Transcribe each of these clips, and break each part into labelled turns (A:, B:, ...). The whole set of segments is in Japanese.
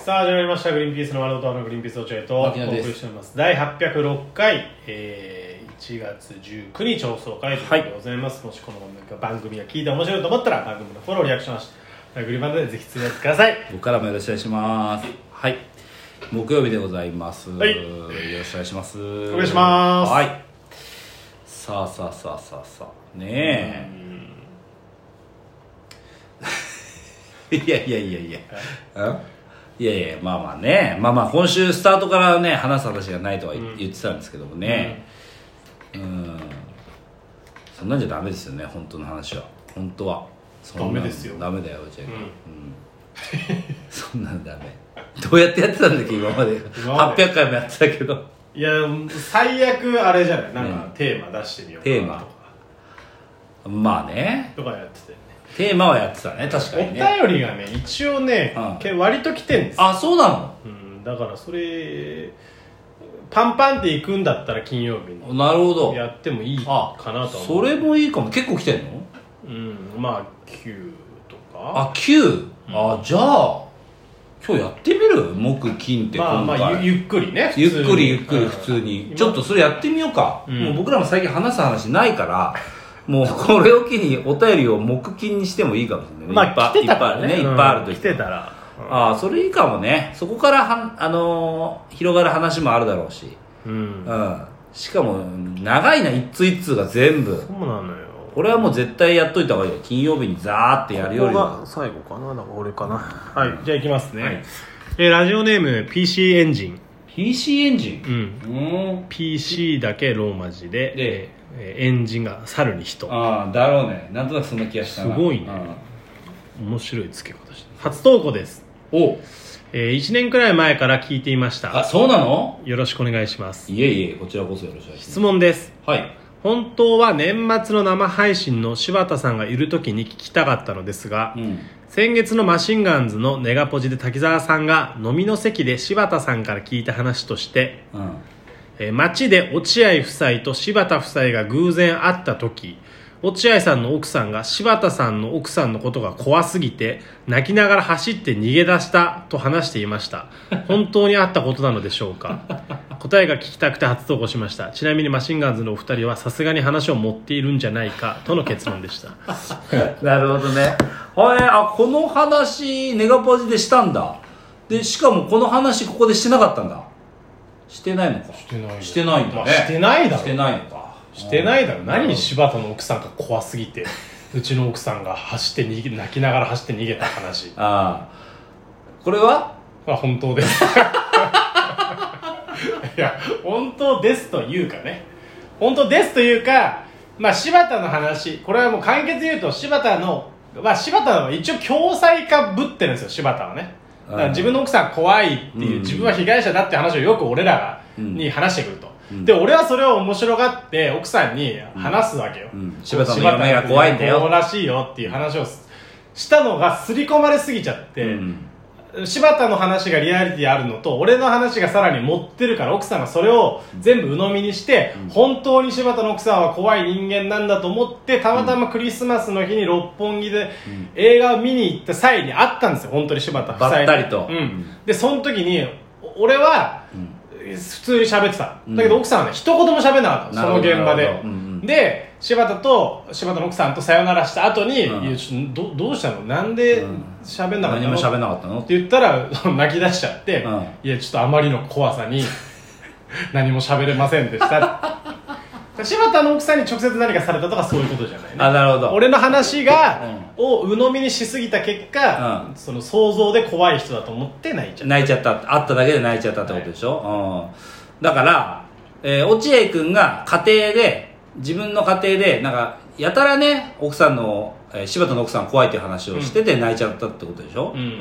A: さあ始まりました「グリーンピースのワールドタワーのグリーンピースお茶へ」とお
B: 牧野
A: 送
B: です
A: りしております第806回、えー、1月19日放送回ということでございます、もしこの番組が聞いて面白いと思ったら番組のフォローリアクションしグリバンドでぜひつぶやいてください
B: 僕からもよろしくお願いしますはい木曜日でございます、
A: はい
B: よろしくお願いしますお
A: 願いします
B: はいさあさあさあさあさあねえ いやいやいやいやうんいやいやまあまあねまあまあ今週スタートからね話す話がないとは言言ってたんですけどもねうん、そんなんじゃダメですよね本当の話は本当はそんなん
A: ダメですよ
B: ダメだよ落合君、うんそん なんダメどうやってやってたんだっけ今まで
A: 今まで
B: 800回もやってたけど
A: いや最悪あれじゃないなんかテーマ出してみようかな
B: テーマ
A: とか
B: まあね
A: とかやってて、ね
B: テーマはやってたね確かにね
A: お便りがね一応ね、
B: うん
A: け割と来てんですよ
B: あそうな
A: うん、だからそれパンパンって行くんだったら金曜日に
B: のなるほど
A: やってもいい
B: あ
A: かなとは思
B: そうれもいいかも結構来てんの
A: うんまあ9とか
B: あ九9、あじゃあ今日やってみる木金って今
A: まあ
B: 回、
A: まあゆゆっくりね
B: ゆっくりゆっくり普
A: に
B: 通に
A: うん
B: ちょっとそれやってみようか、
A: うん
B: もう僕らも最近話す話ないからもうこれを機にお便りを木金にしてもいいかもしれないね、
A: うんまあ来てた
B: いっぱいあるねいっぱいあると
A: うん来てたら
B: ああそれいいかもねそこからはん、あのー広がる話もあるだろうし、
A: う
B: うんん、しかも長いな一通一通が全部
A: そうなのよ
B: これはもう絶対やっといた方がいいよ金曜日にザーってやるより
A: ここ
B: は
A: が最後かなだから俺かなはいじゃあいきますね、えーラジオネーム PC エンジン
B: PC エンジ
A: う
B: ン
A: ん
B: うん
A: PC だけローマ字で
B: で
A: えーエンジンが猿に人
B: ああだろうねなんとなくそんな気がしたな
A: すごいね面白い付け方して初投稿です、
B: うんお
A: え1年くらい前から聞いていまし
B: あ
A: た
B: そうなの
A: よろしくお願いします
B: いえいえこちらこそよろしくお願いします
A: 質問です
B: はい
A: 本当は年末の生配信の柴田さんがいる時に聞きたかったのですが
B: うん
A: 先月のマシンガンズのネガポジで滝沢さんが飲みの席で柴田さんから聞いた話として、
B: うん
A: えー街で落合夫妻と柴田夫妻が偶然会った時落合さんの奥さんが柴田さんの奥さんのことが怖すぎて泣きながら走って逃げ出したと話していました本当にあったことなのでしょうか答えが聞きたくて初投稿しましたちなみにマシンガンズのお二人はさすがに話を持っているんじゃないかとの結論でした
B: なるほどねはいあこの話ネガポジでしたんだでしかもこの話ここでしてなかったんだしてないのかして
A: ない
B: してないんだね
A: まあしてないだろ
B: してないのか
A: してないだろ
B: なる
A: 何
B: ほど
A: 柴田の奥さんが怖すぎてうちの奥さんが走って逃げ泣きながら走って逃げた話
B: ああこれは
A: まあ本当です いや本当ですというかね本当ですというかまあ柴田の話これはもう簡潔に言うと柴田のまあ柴田は一応共済化ぶってるんですよ柴田はねだから自分の奥さん怖いっていう、
B: うん
A: 自分は被害者だって話をよく俺らが、
B: うん
A: に話してくると、
B: うん
A: で俺はそれを面白がって奥さんに話すわけよ、
B: うん柴田の嫁が怖いんだよ
A: 柴田がこうらしいよっていう話をすしたのが刷り込まれすぎちゃって、
B: うん
A: 柴田の話がリアリティあるのと俺の話がさらに持ってるから奥さんがそれを全部鵜呑みにして、本当に柴田の奥さんは怖い人間なんだと思ってたまたまクリスマスの日に六本木で映画を見に行った際に会ったんですよ本当に柴田夫妻に
B: ばったりと
A: うん、でその時にお俺は普通に喋ってただけど奥さんはね一言も喋んなかったそ
B: なる
A: の
B: ほど
A: 現場
B: なる
A: で
B: ほどうんうん
A: で柴田と柴田の奥さんとさよならした後に、
B: うん
A: いやちょどどうしたのなんで喋んなかったの、
B: 何も喋んなかったのっ
A: ってて言ったら 泣き出しちゃって、
B: うん
A: いやちょっとあまりの怖さに 何も喋れませんでした 柴田の奥さんに直接何かされたとかそういうことじゃないね
B: あなるほど
A: 俺の話が、を鵜呑みにしすぎた結果、
B: うん
A: その想像で怖い人だと思って泣いちゃう
B: 泣いちゃった会っただけで泣いちゃったってことでしょ、うん、だから、えー落合君が家庭で自分の家庭でなんかやたらね奥さんの、えー柴田の奥さん怖いっていう話をしてて泣いちゃったってことでしょ、
A: うん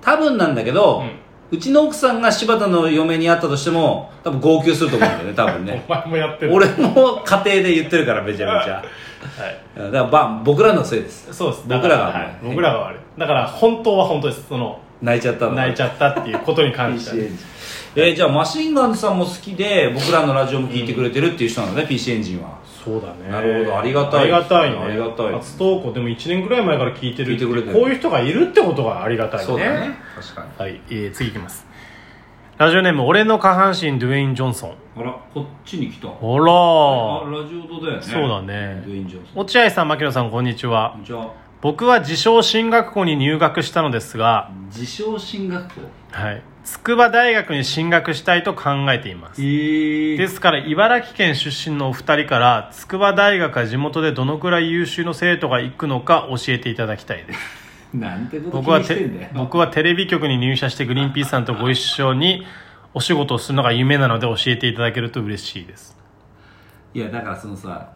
B: 多分なんだけど、うちの奥さんが柴田の嫁に会ったとしても多分号泣すると思うんだよね多分ね
A: お前もやってる、
B: 俺も家庭で言ってるからめちゃめちゃ
A: はい、
B: だからば僕らのせいです
A: そうです
B: 僕らが
A: だからはい
B: ね
A: 僕らが悪いだから本当は本当ですその
B: 泣いちゃったの
A: 泣いちゃったっていうことに関しては
B: PC エンジンえーじゃあマシンガンズさんも好きで僕らのラジオも聞いてくれてるっていう人なんだね、PC エンジンは
A: そうだね
B: なるほどありがたい
A: ありがたいね
B: ありがたい
A: 初投稿でも1年ぐらい前から聞いてるって
B: 聞いてくれてる
A: こういう人がいるってことがありがたいね
B: そうだね確かに
A: はい、えー次いきますラジオネーム俺の下半身ドゥエイン・ジョンソン
B: あらこっちに来た
A: ほ
B: あ
A: ら
B: ラジオとだよね
A: そうだね
B: ドゥエイン・ジョンソン
A: 落合さん牧野さんこんにちは
B: こんにちは
A: 僕は自称進学校に入学したのですが、
B: 自称進学校
A: はい、筑波大学に進学したいと考えています
B: え
A: ですから茨城県出身のお二人から筑波大学が地元でどのくらい優秀の生徒が行くのか教えていただきたいです
B: なんてこと気
A: 僕は
B: にして
A: て
B: んだよ
A: 僕はテレビ局に入社してグリーンピースさんとご一緒にお仕事をするのが夢なので教えていただけると嬉しいです
B: いやだからそのさ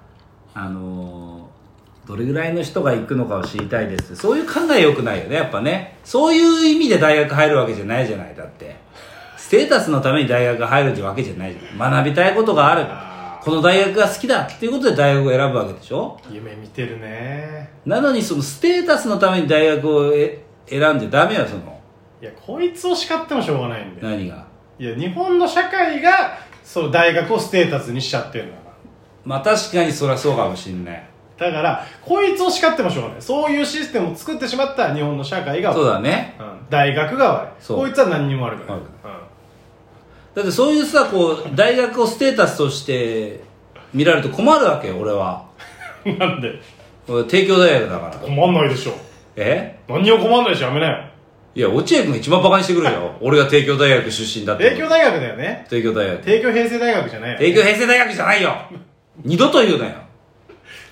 B: あのーどれぐらいの人が行くのかを知りたいですってそういう考えよくないよねやっぱねそういう意味で大学入るわけじゃないじゃないだってステータスのために大学入るってわけじゃないじゃない学びたいことがあるこの大学が好きだっていうことで大学を選ぶわけでしょ
A: 夢見てるね
B: なのにそのステータスのために大学をえ選んじゃダメよその
A: いやこいつを叱ってもしょうがないんだよ
B: 何が
A: いや日本の社会がそう大学をステータスにしちゃってるんだか
B: まあ確かにそりゃそうかもしんない
A: らだからこいつを叱ってもしょうがないそういうシステムを作ってしまった日本の社会が
B: そうだね
A: うん大学が悪い
B: そう
A: こいつは何にも悪くない、
B: 悪だってそういうさこう大学をステータスとして見られると困るわけよ俺は
A: うん なんで
B: 俺帝京大学だから
A: 困んないでしょ
B: え
A: 何にも困んないしやめなよ
B: いや落合君が一番バカにしてくるよ俺が帝京大学出身だって
A: 帝京大学だよね
B: 帝京大学
A: 帝京平成大学じゃないよね
B: 帝京平成大学じゃないよ二度と言うなよ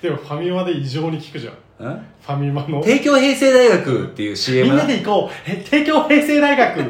A: でもファミマで異常に聞くじゃんフ
B: ん
A: ァミマ の
B: 帝京平成大学っていう CM
A: みん
B: な
A: なで行こうえ帝京平成大学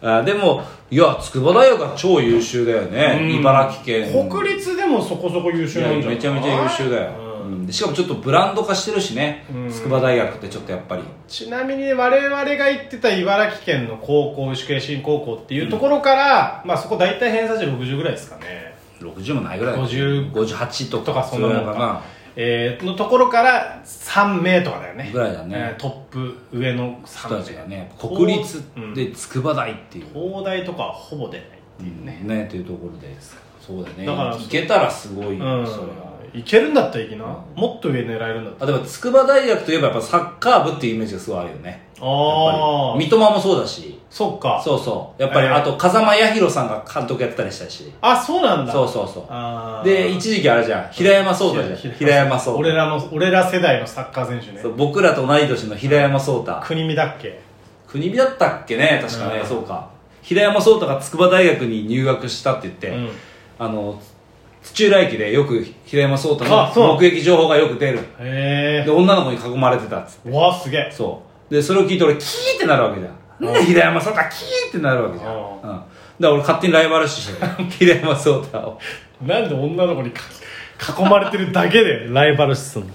B: あでもいや筑波大学は超優秀だよね
A: うん
B: 茨城県
A: 国立でもそこそこ優秀
B: い
A: な
B: や
A: んじゃない
B: めちゃめちゃ優秀だよ、
A: うん
B: うんしかもちょっとブランド化してるしね
A: うん
B: 筑波大学ってちょっとやっぱり
A: ちなみに我々が行ってた茨城県の高校牛久栄新高校っていうところから、まあそこ大体偏差値60ぐらいですかね
B: 60もないぐらいだ
A: 50
B: 58とか
A: とかそんなもん
B: れ
A: か
B: ぐらいな
A: えー、のところから3名とかだよね
B: ぐらいだね
A: えートップ上の
B: 人た
A: 3
B: ちが
A: 名
B: ね国立で筑波大っていう、
A: 東大とかはほぼ出ないっていうね、
B: ねというところですそうだね
A: だから
B: 行けたらすごいよ、
A: うん
B: それはい
A: けるんだったらいいな、
B: う
A: もっと上狙えるんだったら
B: あでも筑波大学といえばやっぱサッカー部っていうイメージがすごいあるよね
A: あ
B: やっ
A: あ
B: ぱり三笘もそうだし
A: そっか
B: そうそうやっぱり、
A: えー
B: あと風間彌弘さんが監督やってたりしたし
A: あそうなんだ
B: そうそうそう
A: あー
B: で一時期あれじゃん平山壮太じゃん平山壮
A: 俺
B: 太
A: らの俺ら世代のサッカー選手ね
B: そう僕らと同い年の平山壮太
A: 国見だっけ
B: 国見だったっけね確かね、
A: うん
B: そうか平山壮太が筑波大学に入学したって言って、
A: うん
B: あの土浦駅でよく平山壮太
A: あそう
B: の目撃情報がよく出る
A: へ
B: で女の子に囲まれてたっつっ
A: えわあすげ
B: て
A: え
B: そうでそれを聞いて俺キーってなるわけじゃんなんで平山壮太キーってなるわけじゃん、
A: うん
B: うん、だから俺勝手にライバル視して る平山壮太を
A: なんで女の子にか囲まれてるだけでライバル視すんの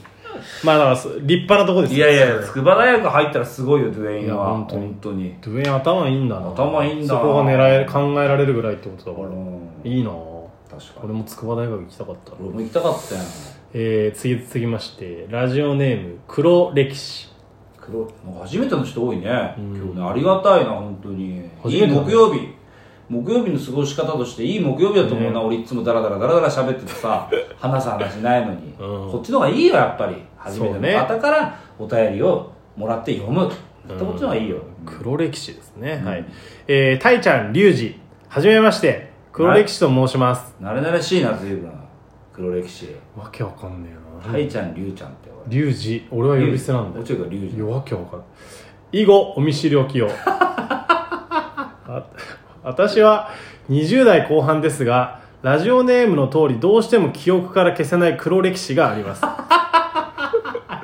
A: まあだからそ立派なとこです
B: い
A: よ
B: やいや筑波大学入ったらすごいよドゥエイン
A: い
B: は
A: や本当に
B: 本当に
A: ドゥエン頭いいんだな
B: 頭いいんだな
A: そこが狙える考えられるぐらいってことだから、
B: うん
A: いいな
B: 確か
A: 俺
B: に
A: も筑波大学行きたかった
B: 俺も行きたかったよ
A: えー、次続きましてラジオネーム黒歴史
B: 黒なんか初めての人多いね、
A: うん
B: 今日ねありがたいな本当に
A: 初
B: い
A: めてだ
B: い
A: ね
B: 木曜日木曜日の過ごし方としていい木曜日だと思うな、
A: ね
B: 俺いつもダラダラダラダラ喋ってて さ話す話ないのに、こっちの方がいいよやっぱり初めて
A: そう
B: の
A: ね
B: 方からお便りをもらって読むってことの方がいいよ、
A: 黒歴史ですね、
B: うん
A: はいえー、たいちゃん龍二はじめまして黒歴史と申します、
B: 慣れ慣れしいな随分黒歴史
A: わけわかんねえな
B: タイちゃんリュウちゃんって
A: 龍二俺は
B: 俺
A: 呼び捨てなんだ
B: も
A: よ
B: うちょいがリュウ
A: い
B: ジ
A: やわけわかんない以後お見知りおき をあ私は20代後半ですがラジオネームの通りどうしても記憶から消せない黒歴史があります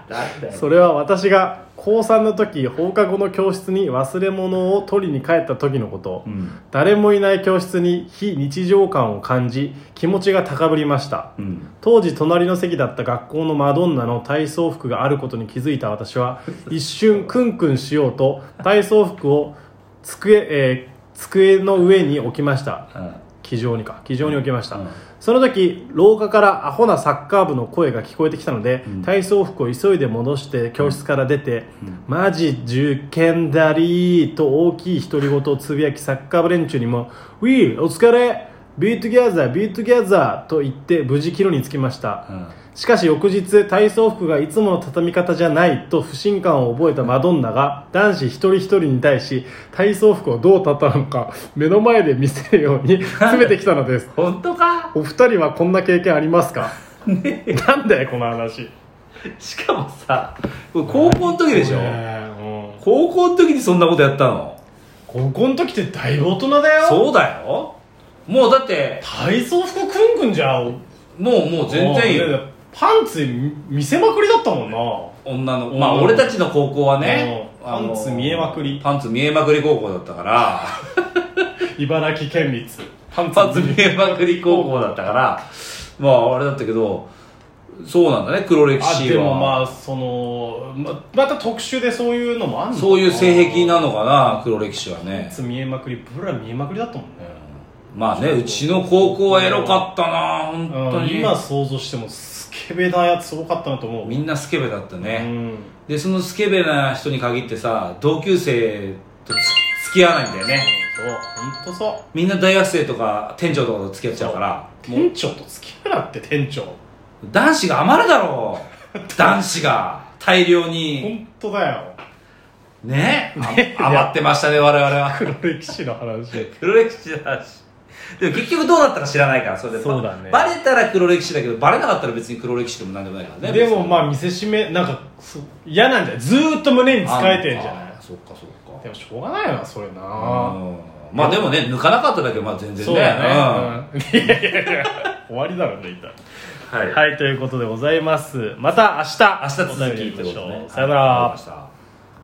B: だよ
A: それは私が高3の時放課後の教室に忘れ物を取りに帰った時のこと、
B: うん
A: 誰もいない教室に非日常感を感じ気持ちが高ぶりました
B: うん
A: 当時隣の席だった学校のマドンナの体操服があることに気づいた私 は一瞬クンクンしようと体操服を机,、えー机の上に置きました
B: うん
A: 気丈にか気丈に置きました、
B: うん
A: その時廊下からアホなサッカー部の声が聞こえてきたので、
B: うん
A: 体操服を急いで戻して教室から出て、マジ受験だりーと大きい独り言をつぶやきサッカー部連中にも「ウィーお疲れビートギャザービートギャザーと言って無事帰路につきました、
B: うん
A: しかし翌日体操服がいつもの畳み方じゃないと不信感を覚えたマドンナが男子一人一人に対し体操服をどう畳むか目の前で見せるよう に詰めてきたのです
B: 本当か
A: お二人はこんな経験ありますか、なんだよこの話
B: しかもさこれ高校の時でしょ
A: ねえ
B: 高校の時にそんなことやったの
A: うん高校の時ってだいぶ大人だよ
B: そうだよもうだって
A: 体操服くんくんじゃ
B: もうもう全然いい
A: もう
B: よ
A: ねパンツ見せまくりだったもん な
B: 女のまあ
A: うん
B: 俺たちの高校はね
A: うんパンツ見えまくり
B: パンツ見えまくり高校だっ たから
A: 茨城県立パン
B: パンツ見えまくり高校だったからまああれだったけどそうなんだね黒歴
A: あ
B: 史
A: でもま
B: は
A: あそのままた特殊でそういうのもあるのかな
B: そういう性癖なのかな黒歴史は
A: パン
B: ね
A: ツ見えまくりブラ見えまくりだったもんね、
B: まあねうちの高校はエロかったな本
A: う
B: 当
A: ん、
B: に
A: 今想像してもスケベなやつ多かったなと思う
B: みんなスケベだった
A: う
B: ね
A: ん
B: でそのスケベな人に限ってさ同級生とつ付き合わないんだよね
A: そう本当そう
B: みんな大学生とか店長とかと付き合っちゃうからもう
A: 店長と付き合うなって店長
B: 男子が余るだろう男子が大量に
A: 本当だよ
B: ね
A: ね
B: あ余ってましたね我々は
A: 黒歴史の話
B: 黒歴史だしでも結局どうだったか知らないからそれで
A: そうだね
B: バレたら黒歴史だけどバレなかったら別に黒歴史でもなんでもないからね
A: でもまあ
B: あ
A: 見せしめなんかそう嫌なんじゃないずーっと胸に使えてんじゃない
B: そっかそっ
A: で
B: か
A: もしょうがないよなそれな
B: あまあでもね抜かなかっただけまあ全然ね
A: そうだ
B: うん
A: ね、うん、いやいやいや終わりだろねいったら
B: はい
A: はい、ということでございます。また明日、
B: 明日続き
A: お便りやりましょうさよなら。
B: はいわかりました